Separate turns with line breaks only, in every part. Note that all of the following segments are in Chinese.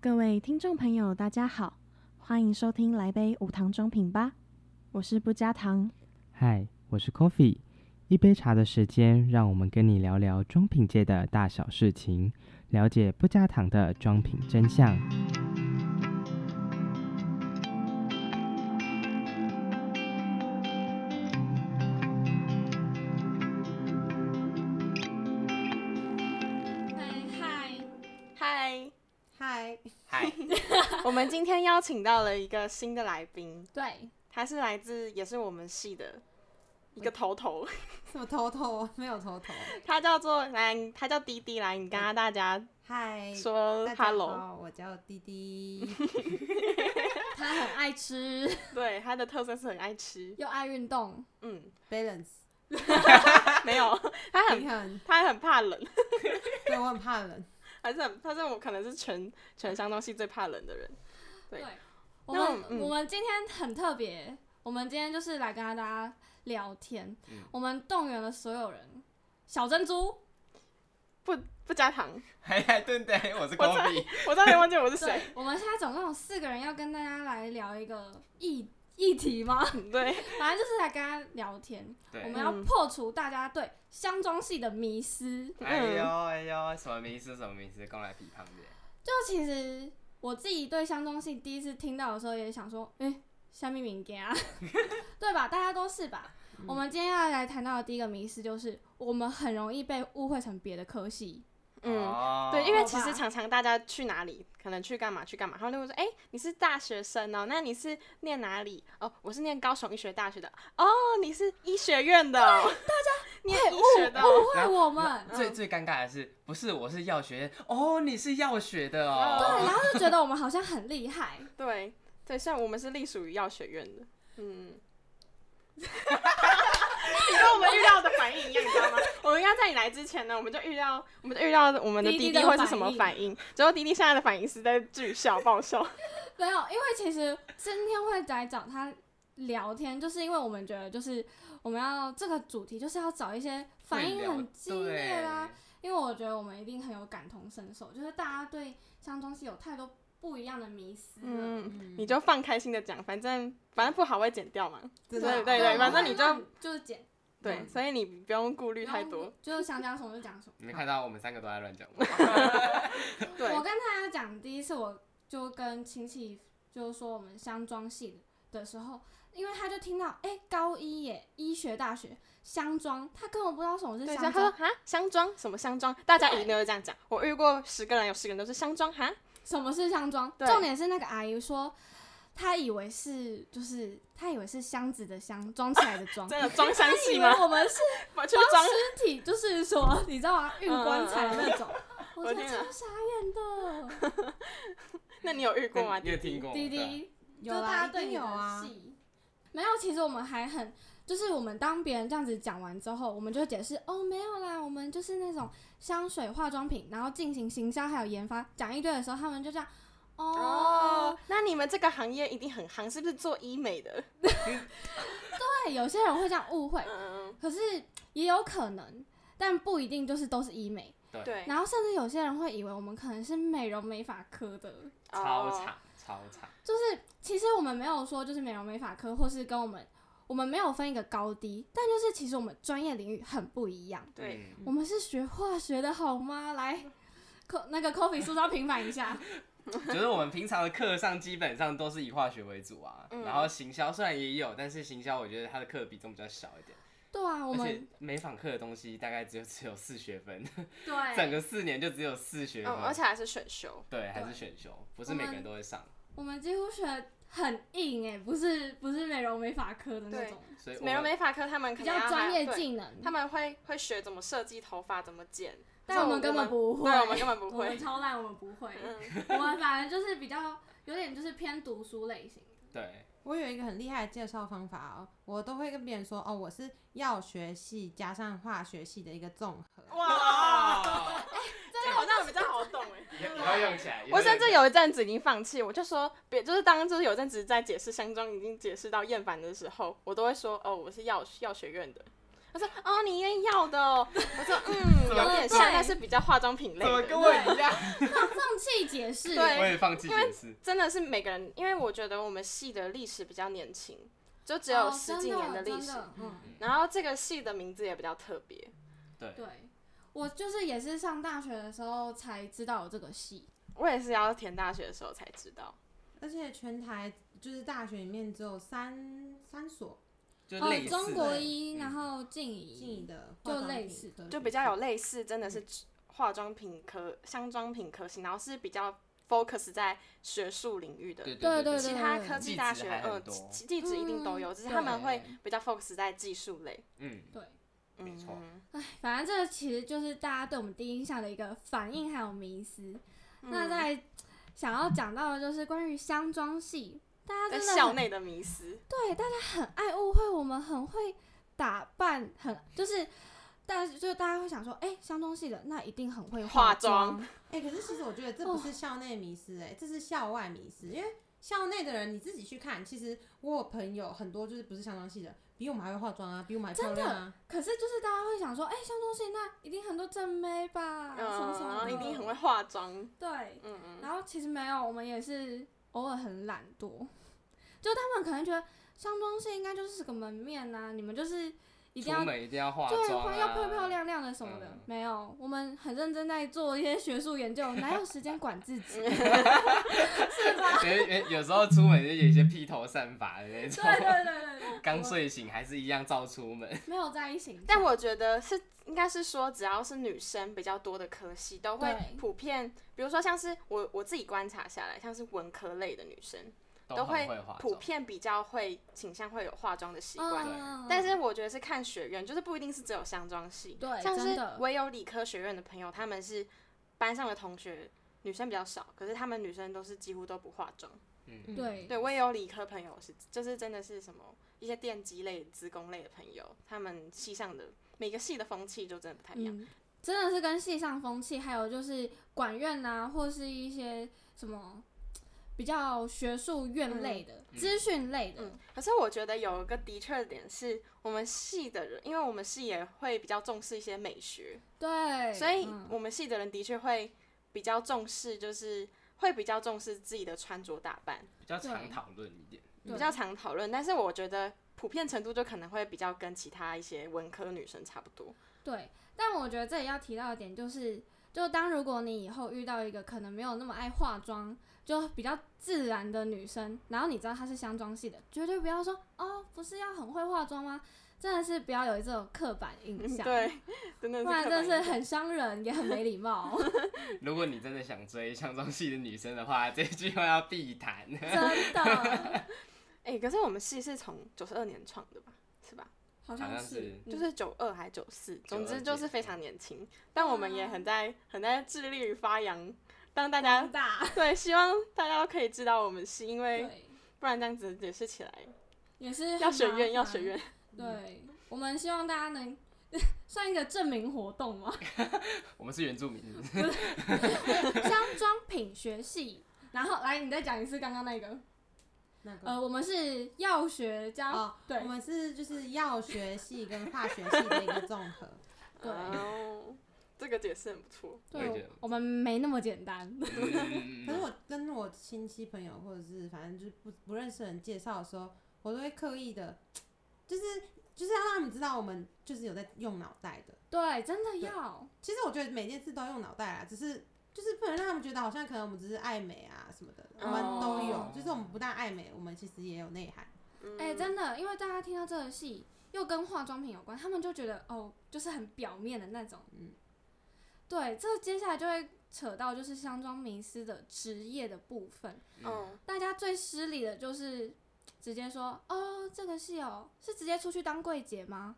各位听众朋友，大家好，欢迎收听《来杯无糖中品》吧，我是不加糖。
嗨，我是 Coffee，一杯茶的时间，让我们跟你聊聊装品界的大小事情，了解不加糖的装品真相。
嗨嗨
嗨，
嗨，
嗨，
我们今天邀请到了一个新的来宾，
对，
他是来自也是我们系的一个头 头，
什么头 头没有头头？
他叫做来，他叫滴滴来，你跟他大家
嗨，
说
大家
hello。
好，我叫滴滴， 他很爱吃，
对，他的特色是很爱吃，
又爱运动
嗯，
balance
没 有，他 很
平衡，
他很怕冷，
对我很怕 冷，
还是很他是我可能是全全山东系最怕冷的人。对
我
那
们、
嗯
我们今天很特别，我们今天就是来跟大家聊天，
嗯
我们动员了所有人，小珍珠，
不不加糖，
嗨嗨，顿顿，我是
我
Kobe
差我差点忘记我是谁。
对，我们现在总共有四个人要跟大家来聊一个议议题 吗？
对，
反正就是来跟他聊天，
对
我们要
嗯
破除大家对香中系的迷思。
哎呦哎呦，什么名字？什么名字？刚来批判的。
就其实我自己对香中信第一次听到的时候，也想说，哎、虾米敏感啊， 对吧？大家都是吧？
嗯
我们今天要来谈到的第一个迷思就是，我们很容易被误会成别的科系。
嗯，
哦
对，因为
好
其实
吧
常常大家去哪里，可能去干嘛去干嘛，他们就会说，哎、你是大学生哦，那你是念哪里？哦，我是念高雄医学大学的，哦，你是医学院的哦、大家念医学的哦、
误会我们，嗯
最最尴尬的是，不是我是药学院哦，你是药学的
对，
哦。
然后就觉得我们好像很厉害。
对对，虽然我们是隶属于药学院的，嗯。你跟我们预料的反应一样，你知道吗？ 我们要在你来之前呢，我们就预料，我们就预料我们的
滴
滴
滴
滴
的
会是
反
什么
应
反应。结果滴滴现在的反应是在巨笑爆笑，
没有，因为其实今天会来找他聊天，就是因为我们觉得，就是我们要这个主题，就是要找一些反应很激烈啊啦、
啦。
因为我觉得我们一定很有感同身受，就是大家对香中系有太多不一样的迷思了。
嗯，你
嗯，
就放开心的讲，反正反正不好会剪掉嘛。
真
对
的
对对，
我们
反正
会
你
让
就
就是剪，
对，所以你不用顾虑
不
太
用
多。，
就是想讲什么就讲什么。
你没看到我们三个都在乱讲吗？
对
我跟大家讲，第一次我就跟亲戚就是说我们香庄系的时候，因为他就听到哎、高一耶医学大学香庄，他根本不知道什么是
对，
香
像他说
庄，
哈香妆什么香妆，大家一定会这样讲。我遇过十个人，有十个人都是香妆哈，
什么是香庄。
对
重点是那个阿姨说。她以为是，就是她以为是箱子的箱，装起来的装。
真的装香
她
系
以为
吗？
我们是
我去哦装嗯
尸体，就是说你知道吗？运棺材那 种，我
我
觉得
天啊哪
超傻眼的。
那你有遇过吗？
你有听过？
滴
对。
滴，
有
就大
啦，
家对
一定
你
有
的
啊，
戏没有，其实我们还很，就是我们当别人这样子讲完之后，我们就会解释哦，没有啦，我们就是那种香水、化妆品，然后进行行销还有研发，讲一堆的时候，他们就这样哦
哦，，那你们这个行业一定很行，是不是做医美的？
对，有些人会这样误会，
嗯，
可是也有可能，但不一定就是都是医美，
对，
然后甚至有些人会以为我们可能是美容美发科的，
超
哦
差，超差。
就是其实我们没有说就是美容美发科，或是跟我们我们没有分一个高低，但就是其实我们专业领域很不一样。
对，
嗯，
我们是学化学的好吗？来，co 那个 coffee 是不是要平反一下？
就是我们平常的课上基本上都是以化学为主啊，
嗯
然后行销虽然也有，但是行销我觉得它的课比重比较小一点，
对啊，我
而且
们
美访课的东西大概只有只有四学分，整
对，
个四年就只有四学
哦
分，
嗯，而且还是选修。
对，还是选修，不是
我
每
们
个人都会上，
我们几乎学很硬哎、不是不是美容美发科的那种，
所以我
美容
们
美发科他们可
比
能
较
要
专
还
业
对
技能，
他们会会学怎么设计头发，怎么剪，
但我们根本不会，
对，我们根本不
我
会
们。超烂，我们不会，
嗯，
我们反而就是比较有点就是偏读书类型。
对
我有一个很厉害的介绍方法哦，我都会跟别人说哦，我是药学系加上化学系的一个综合。
哇，
哦
这个好像比较好懂哎。
以后用起来。以后
我甚
用
至
起来
有一阵子已经放弃，我就说别，就是当就是有一阵子在解释香中已经解释到厌烦的时候，我都会说哦，我是药药学院的，他说哦，你用药的哦。我说嗯，有点像，
对
但是比较化妆品类
怎么跟
的。
我一样？
放弃解释。
对
我也放弃解释。
真的是每个人，因为我觉得我们系的历史比较年轻，就只
哦
有十几年
真
历史。
真嗯，
然后这个系的名字也比较特别，
对，
对。我就是也是上大学的时候才知道有这个戏，
我也是要填大学的时候才知道。
而且全台就是大学里面只有三三所
就是类
哦，
似
中国医，
嗯
然后静怡，
进的
就
化妆
类
品
似
科
就
学
比较
系
有类似，真的是化妆品科、香妆品科系，然后是比较 focus 在学术领域的。
对对
对对
其
对
他科技大
技职
学，
还
呃，
很多
技技职一定都
嗯
有，只是他们会比较 focus 在技术类。
嗯，
对，
没错
嗯
反正这其实就是大家对我们第一印象的一个反应还有迷思。
嗯
那在想要讲到的就是关于香妆系，大家
在
真的
校
很
内的迷思，
对大家很爱误会我们很会打扮，很就是大家就大家会想说，哎、香妆系的那一定很会
化
妆，
哎、可是其实我觉得这不
哦
是校内迷失、哎、这是校外迷失，因为校内的人你自己去看，其实我有朋友很多就是不是香妆系的，比我们还会化妆啊，比我们还漂亮啊，
可是就是大家会想说，哎、香妆系那一定很多正妹吧，什么
嗯，
什
然
么
后
的，
一定很会化妆，
对，
嗯嗯，
然后其实没有，我们也是偶尔很懒惰，就他们可能觉得香妆系应该就是个门面呐、你们就是一定要
出。门一定要化
对，
妆、啊，
要漂漂。亮亮的什么的，
嗯
没有，我们很认真在做一些学术研究，哪有时间管自己？
有有有时候出门就有一些披头散发的那种，
对
啊
对对对对，
刚睡醒还是一样照出门。
没有在一起。
但我觉得是应该是说，只要是女生比较多的科系，都会
对
普遍，比如说像是我我自己观察下来，像是文科类的女生，
都
会
很会化
普
妆，
遍比较会倾向会有化妆的习惯。
嗯
但是我觉得是看学院，就是不一定是只有香妆系，
对
像
真
是
的
我也有理科学院的朋友，他们是班上的同学，女生比较少，可是他们女生都是几乎都不化妆。
嗯，
嗯，
对
对我也有理科朋友是，就是真的是什么一些电机类、资工类的朋友，他们系上的每个系的风气就真的不太一样。
嗯，真的是跟系上风气，还有就是管院啊，或是一些什么比较学术院类的、
嗯
资讯类的，
嗯，可是我觉得有一个的确的点是，我们系的人，因为我们系也会比较重视一些美学，
对，
所以
嗯
我们系的人的确会比较重视，就是会比较重视自己的穿着打扮。
比较常讨论一点。
对
比较常讨论，但是我觉得普遍程度就可能会比较跟其他一些文科女生差不多。
对，但我觉得这里要提到的点就是，就当如果你以后遇到一个可能没有那么爱化妆，就比较自然的女生，然后你知道她是香妆系的，绝对不要说哦，不是要很会化妆吗？真的是不要有这种刻板印象，，
对，真的是
不然
刻
真
板
的
印
是
象
很伤人，也很没礼貌，
如果你真的想追香妆系的女生的话，这句话要避谈。
真的，
哎、可是我们系是从九十二年创的吧？是吧？
好
好
像
像
是
是，
嗯
就是九二还九四，总之
92
就是
届
非常年轻。但我们也
哇
很在很在致力于发扬，让大 家
大，
对希望大家可以知道我们系，因为
对，
不然这样子解释起来
也是
哎要
很
学
麻
院要
烦
学院。嗯
对，我们希望大家能 算一个证明活动 嘛，
我们是原住民，
香妆品学系。然后来，你再讲一次刚刚那 个。
那个。
呃，我们是药学加、
哦，
对
我们是就是药学系跟化学系的一个综合，
对
哦，这个解释很不错。
我也觉
对
得，
我们没那么简单。
嗯
可是我跟我亲戚朋友或者是反正就是不不认识的人介绍的时候，我都会刻意的，就是就是要让他们知道我们就是有在用脑袋的。
对，真的要，
其实我觉得每件事都用脑袋啊，只是就是不能让他们觉得好像可能我们只是爱美啊什么的，我们都有。
哦
就是我们不但爱美，我们其实也有内涵。
嗯
哎、真的，因为大家听到这个戏又跟化妆品有关，他们就觉得哦，就是很表面的那种。
嗯
对，这接下来就会扯到就是香妆迷思的职业的部分，
嗯，
大家最失礼的就是直接说哦，这个戏哦，是直接出去当柜姐吗？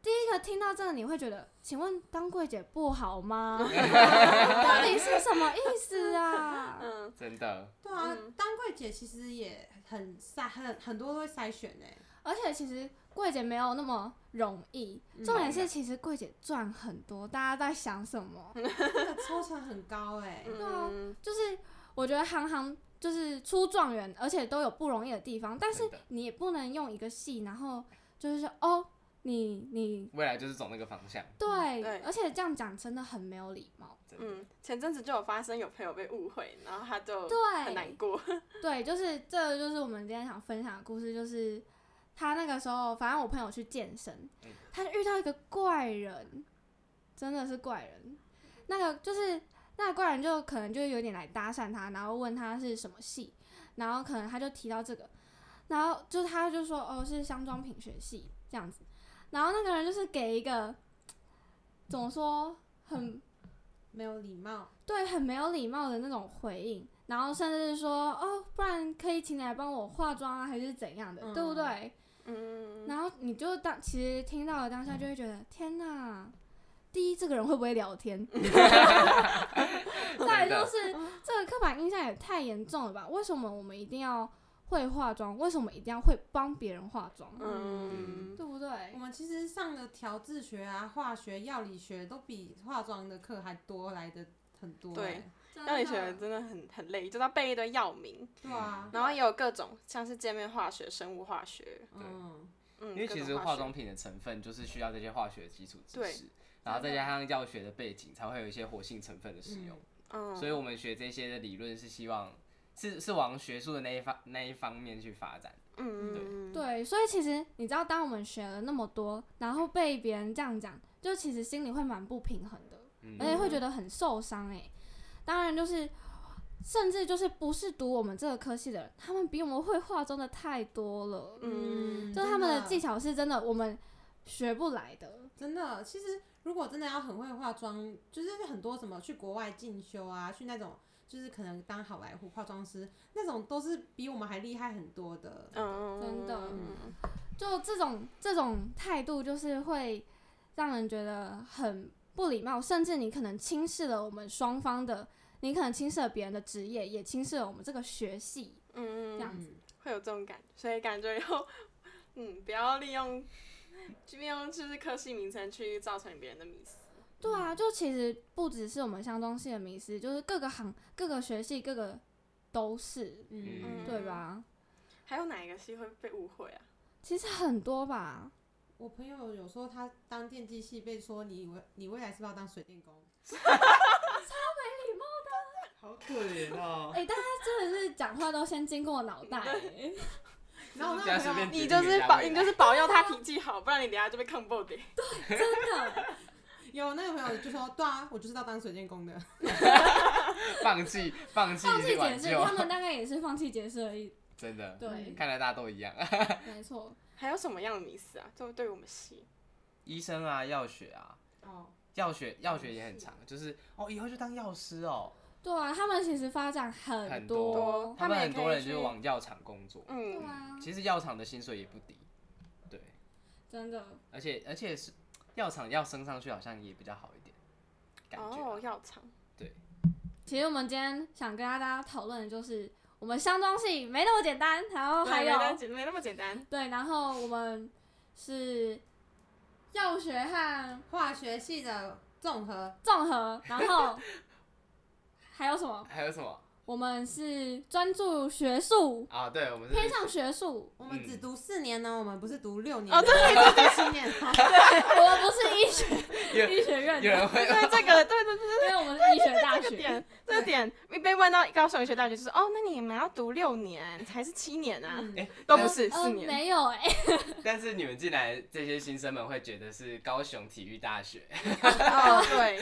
第一个听到这个，你会觉得，请问当柜姐不好吗？到底是什么意思啊？
嗯，
真的，
对啊，
嗯
当柜姐其实也很筛，很很多都会筛选欸呢、
而且其实柜姐没有那么容易，
嗯
重点是其实柜姐赚很多，大家在想什么？
那个抽成很高哎、
啊
嗯
就是我觉得行行就是出状元，而且都有不容易的地方，但是
真的
你也不能用一个戏，然后就是说哦，你你
未来就是走那个方向。
对，
嗯对
而且这样讲真的很没有礼貌。
真的
嗯，前阵子就有发生有朋友被误会，然后他就
对，
很难过。
对，就是这个，就是我们今天想分享的故事，就是他那个时候，反正我朋友去健身
嗯，
他遇到一个怪人，真的是怪人。那个就是那个怪人，就可能就有点来搭讪他，然后问他是什么系，然后可能他就提到这个，然后就他就说哦是香妆品学系这样子，然后那个人就是给一个怎么说很
没有礼貌，
对，很没有礼貌的那种回应，然后甚至是说哦，不然可以请你来帮我化妆啊，还是怎样的，对不
嗯
对？
嗯，
然后你就当其实听到了当下就会觉得，天哪！第一，这个人会不会聊天？ 再来
真
就
的
是这个刻板印象也太严重了吧？为什么我们一定要会化妆？为什么一定要会帮别人化妆？
嗯，
对不
我
对？
们其实上的调制学啊、化学、药理学都比化妆的课还多来的很多、
对
欸。
啊
药理学真的很很累，就是要背一堆药名，
对啊，
嗯
然后也有各种像是界面化学、生物化学，
嗯，
嗯，
因为其
各
实
种
化
化
妆
学
品的成分就是需要这些化学基础知
对
识，然后再加上药学的背景，才会有一些活性成分的使用。
嗯，
所以我们学这些的理论是希望是是往学术的那一方那一方面去发展。
嗯，嗯，
对，所以其实你知道，当我们学了那么多，然后被别人这样讲，就其实心里会蛮不平衡的。
嗯
而且会觉得很受伤哎、当然就是，甚至就是不是读我们这个科系的人，他们比我们会化妆的太多了，
嗯，
就是他们的
真
技巧是真的我们学不来的。
真的，其实如果真的要很会化妆，就是很多什么去国外进修啊，去那种就是可能当好莱坞化妆师那种，都是比我们还厉害很多的。
嗯，
真的
嗯
就这种这种态度，就是会让人觉得很不礼貌，甚至你可能轻视了我们双方的，你可能轻视了别人的职业，也轻视了我们这个学系。
嗯，
这样
嗯，
会有这种感觉，所以感觉以后，嗯，不要利用，就利用就是科系名称去造成别人的迷思。
对啊，就其实不只是我们香中系的迷失，就是各个行、各个学系、各个都是，
嗯，
对吧？
还有哪一个系会被误会啊？
其实很多吧，
我朋友有说他当电机系被说你以为你未来是不是要当水电工？
好可怜哦，
哎、大家真的是讲话都先经过脑袋、欸，
然后我
不要
那
随
个朋
便决定
你
友
就
人
是
家
保，
未
你
来
就是保佑他脾气好，不然你等下就被坑爆点。
真的。
有那个朋友就说，对啊，我就是要当水电工的。
放弃放弃
放
去
弃解
挽
释，他
救，
们大概也是放弃解释而已。
真的，
对，
看来大家都一样。啊
没错。
还有什么样的迷思啊？就对于我们系，
医生啊，药学啊，
哦，
药学药学也很长，就是哦，以后就当药师哦。
对啊，他们其实发展很
很
多他
他们
们也
很多
可以
人就是
去
往药厂工作，
对
嗯，
啊，
其实药厂的薪水也不低，对，
真的。
而且而且是药厂要升上去好像也比较好一点，感觉啊、
哦，药厂，
其实我们今天想跟大家讨论的就是，我们香中系没那么简单，然后哦还
对
有
没那么简没那么 简单。
对，然后我们是药学和
化学系的综合，
综合，然 后还有什么？
还有什么
我们是专注学 术，
啊？对，我们是
偏向学术，
我们
嗯
只读四年呢，我们不是读六年，
哦
对，读七年哦。
我们不是医 学
有
医学院的，
有人
对
会
对，这个对对对
因为我们是医学大
这个
学。
点，这个点一被问到高雄医学大学，就是哦，那你们要读六年还是七年啊？
嗯
哎
都不是
呃
四年，
没有哎、
但是你们进来这些新生们会觉得是高雄体育大学，
哦，对，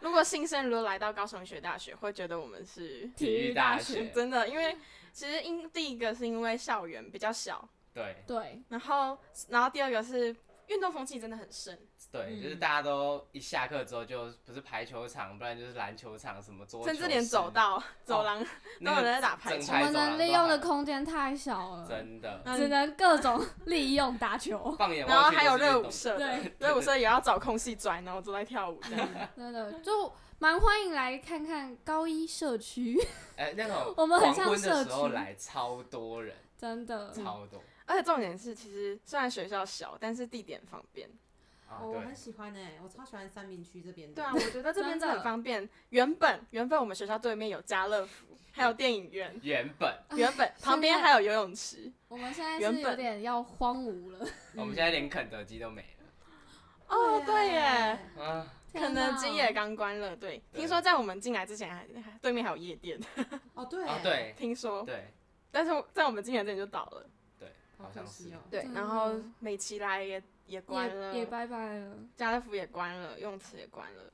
如果新生如果来到高雄医学大学，会觉得我们是
体育大学
体育大学，
真的，因为其实因第一个是因为校园比较小，
对
对，
然后然后第二个是运动风气真的很盛，
对，
嗯
就是大家都一下课之后就不是排球场，不然就是篮球场，什么桌球室，
甚至连走道、 走
哦
廊都
那
有
个
人在打排
整
球
我。们
排走廊
能
都
利用的
还
空间太小了，
真的，
嗯
只能各种利用 打球。
放眼
然后
望去
还有
都是运
热舞
动
社的
对，
热舞社也要找空隙转，然后都在跳舞 这样。
真的就蛮欢迎来看看高一社区，
哎，那种
我们很
黄
像
昏的
社
时候
区
来超多人，
真的。
嗯
超多。
而且重点是，其实虽然学校小，但是地点方便，
啊，
哦我很
对，
喜欢哎、我超喜欢三明区这边的。
对啊，，我觉得这边
真的
真的很方便。原本原本我们学校对面有家乐福，还有电影院，
原本
原 本
在
旁边还有游泳池。
我们现在
原
是有
本
点要荒芜了。
嗯
我们现在连肯德基都没
哦，对耶，，
了啊，
肯德基也刚关了。对，
对
听说在我们进来之前还还对面还有夜店，
哦对
啊，对
听说，
对
但是在我们进来之前就倒了。
对，
好
好
可
像
惜
是
哦。
对
真，的
然后美琪来也也关
也也
了，
拜拜了。
家乐福也关了，泳池也关了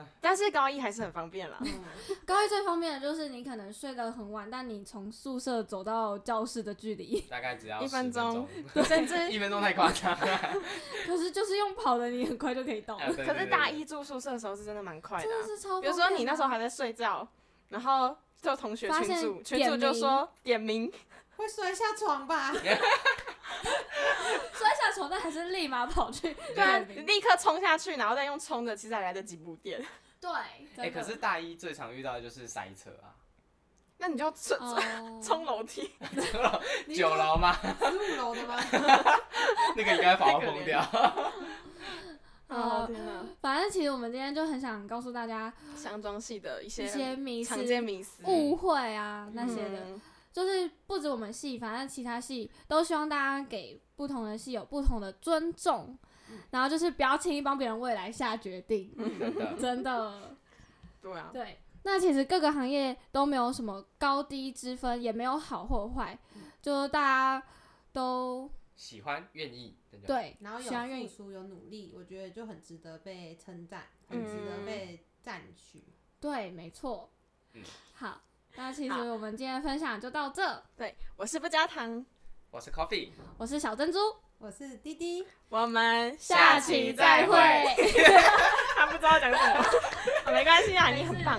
啊。
但是高一还是很方 便啦。
嗯
高一最方便的就是你可能睡得很晚，但你从宿舍走到教室的距离，
大概只要
一分
10
钟
钟，
甚至
一分钟太夸张了。
可是就是用跑的，你很快就可以到。
哎对
哦可是
对
大
对
一住宿舍的时候是真的蛮快的
真
啊、
的是超方便的。
比如说你那时候还在睡觉，然后就同学
发
群
现
主群
点
主就
名
说点名，
会摔下床吧？
摔下床，但还是立马跑去
对啊，
点名
立刻冲下去，然后再用冲的，其实还来得及补点。
对，
哎、可是大一最常遇到的就是塞车啊，
那你就冲
哦
冲
冲
楼梯，
你
九楼吗？
十五楼的吗？
那个应该把我
太可
崩
怜
掉。
哦
呃，
天哪！
反正其实我们今天就很想告诉大家
香妆系的一
一
些
些迷思
常、见迷思
误会啊那些的，
嗯
嗯就是不止我们系，反正其他系都希望大家给不同的系有不同的尊重，然后就是不要轻易帮别人未来下决定，
嗯
真的，
真 的。
对啊，
对，那其实各个行业都没有什么高低之分，也没有好或坏，
嗯
就大家都
喜欢愿意，真的。
对，
然后
喜欢愿
有
意
付出，有努力，我觉得就很值得被称赞，很值得
嗯
被赞许。
对，没错。
嗯
好，那其实
好
我们今天的分享就到这。
对，我是不加糖，
我是 Coffee，
我是小珍珠，
我是滴滴，
我们
下期再会。
哦他不知道讲什么，没关系啊，你很棒。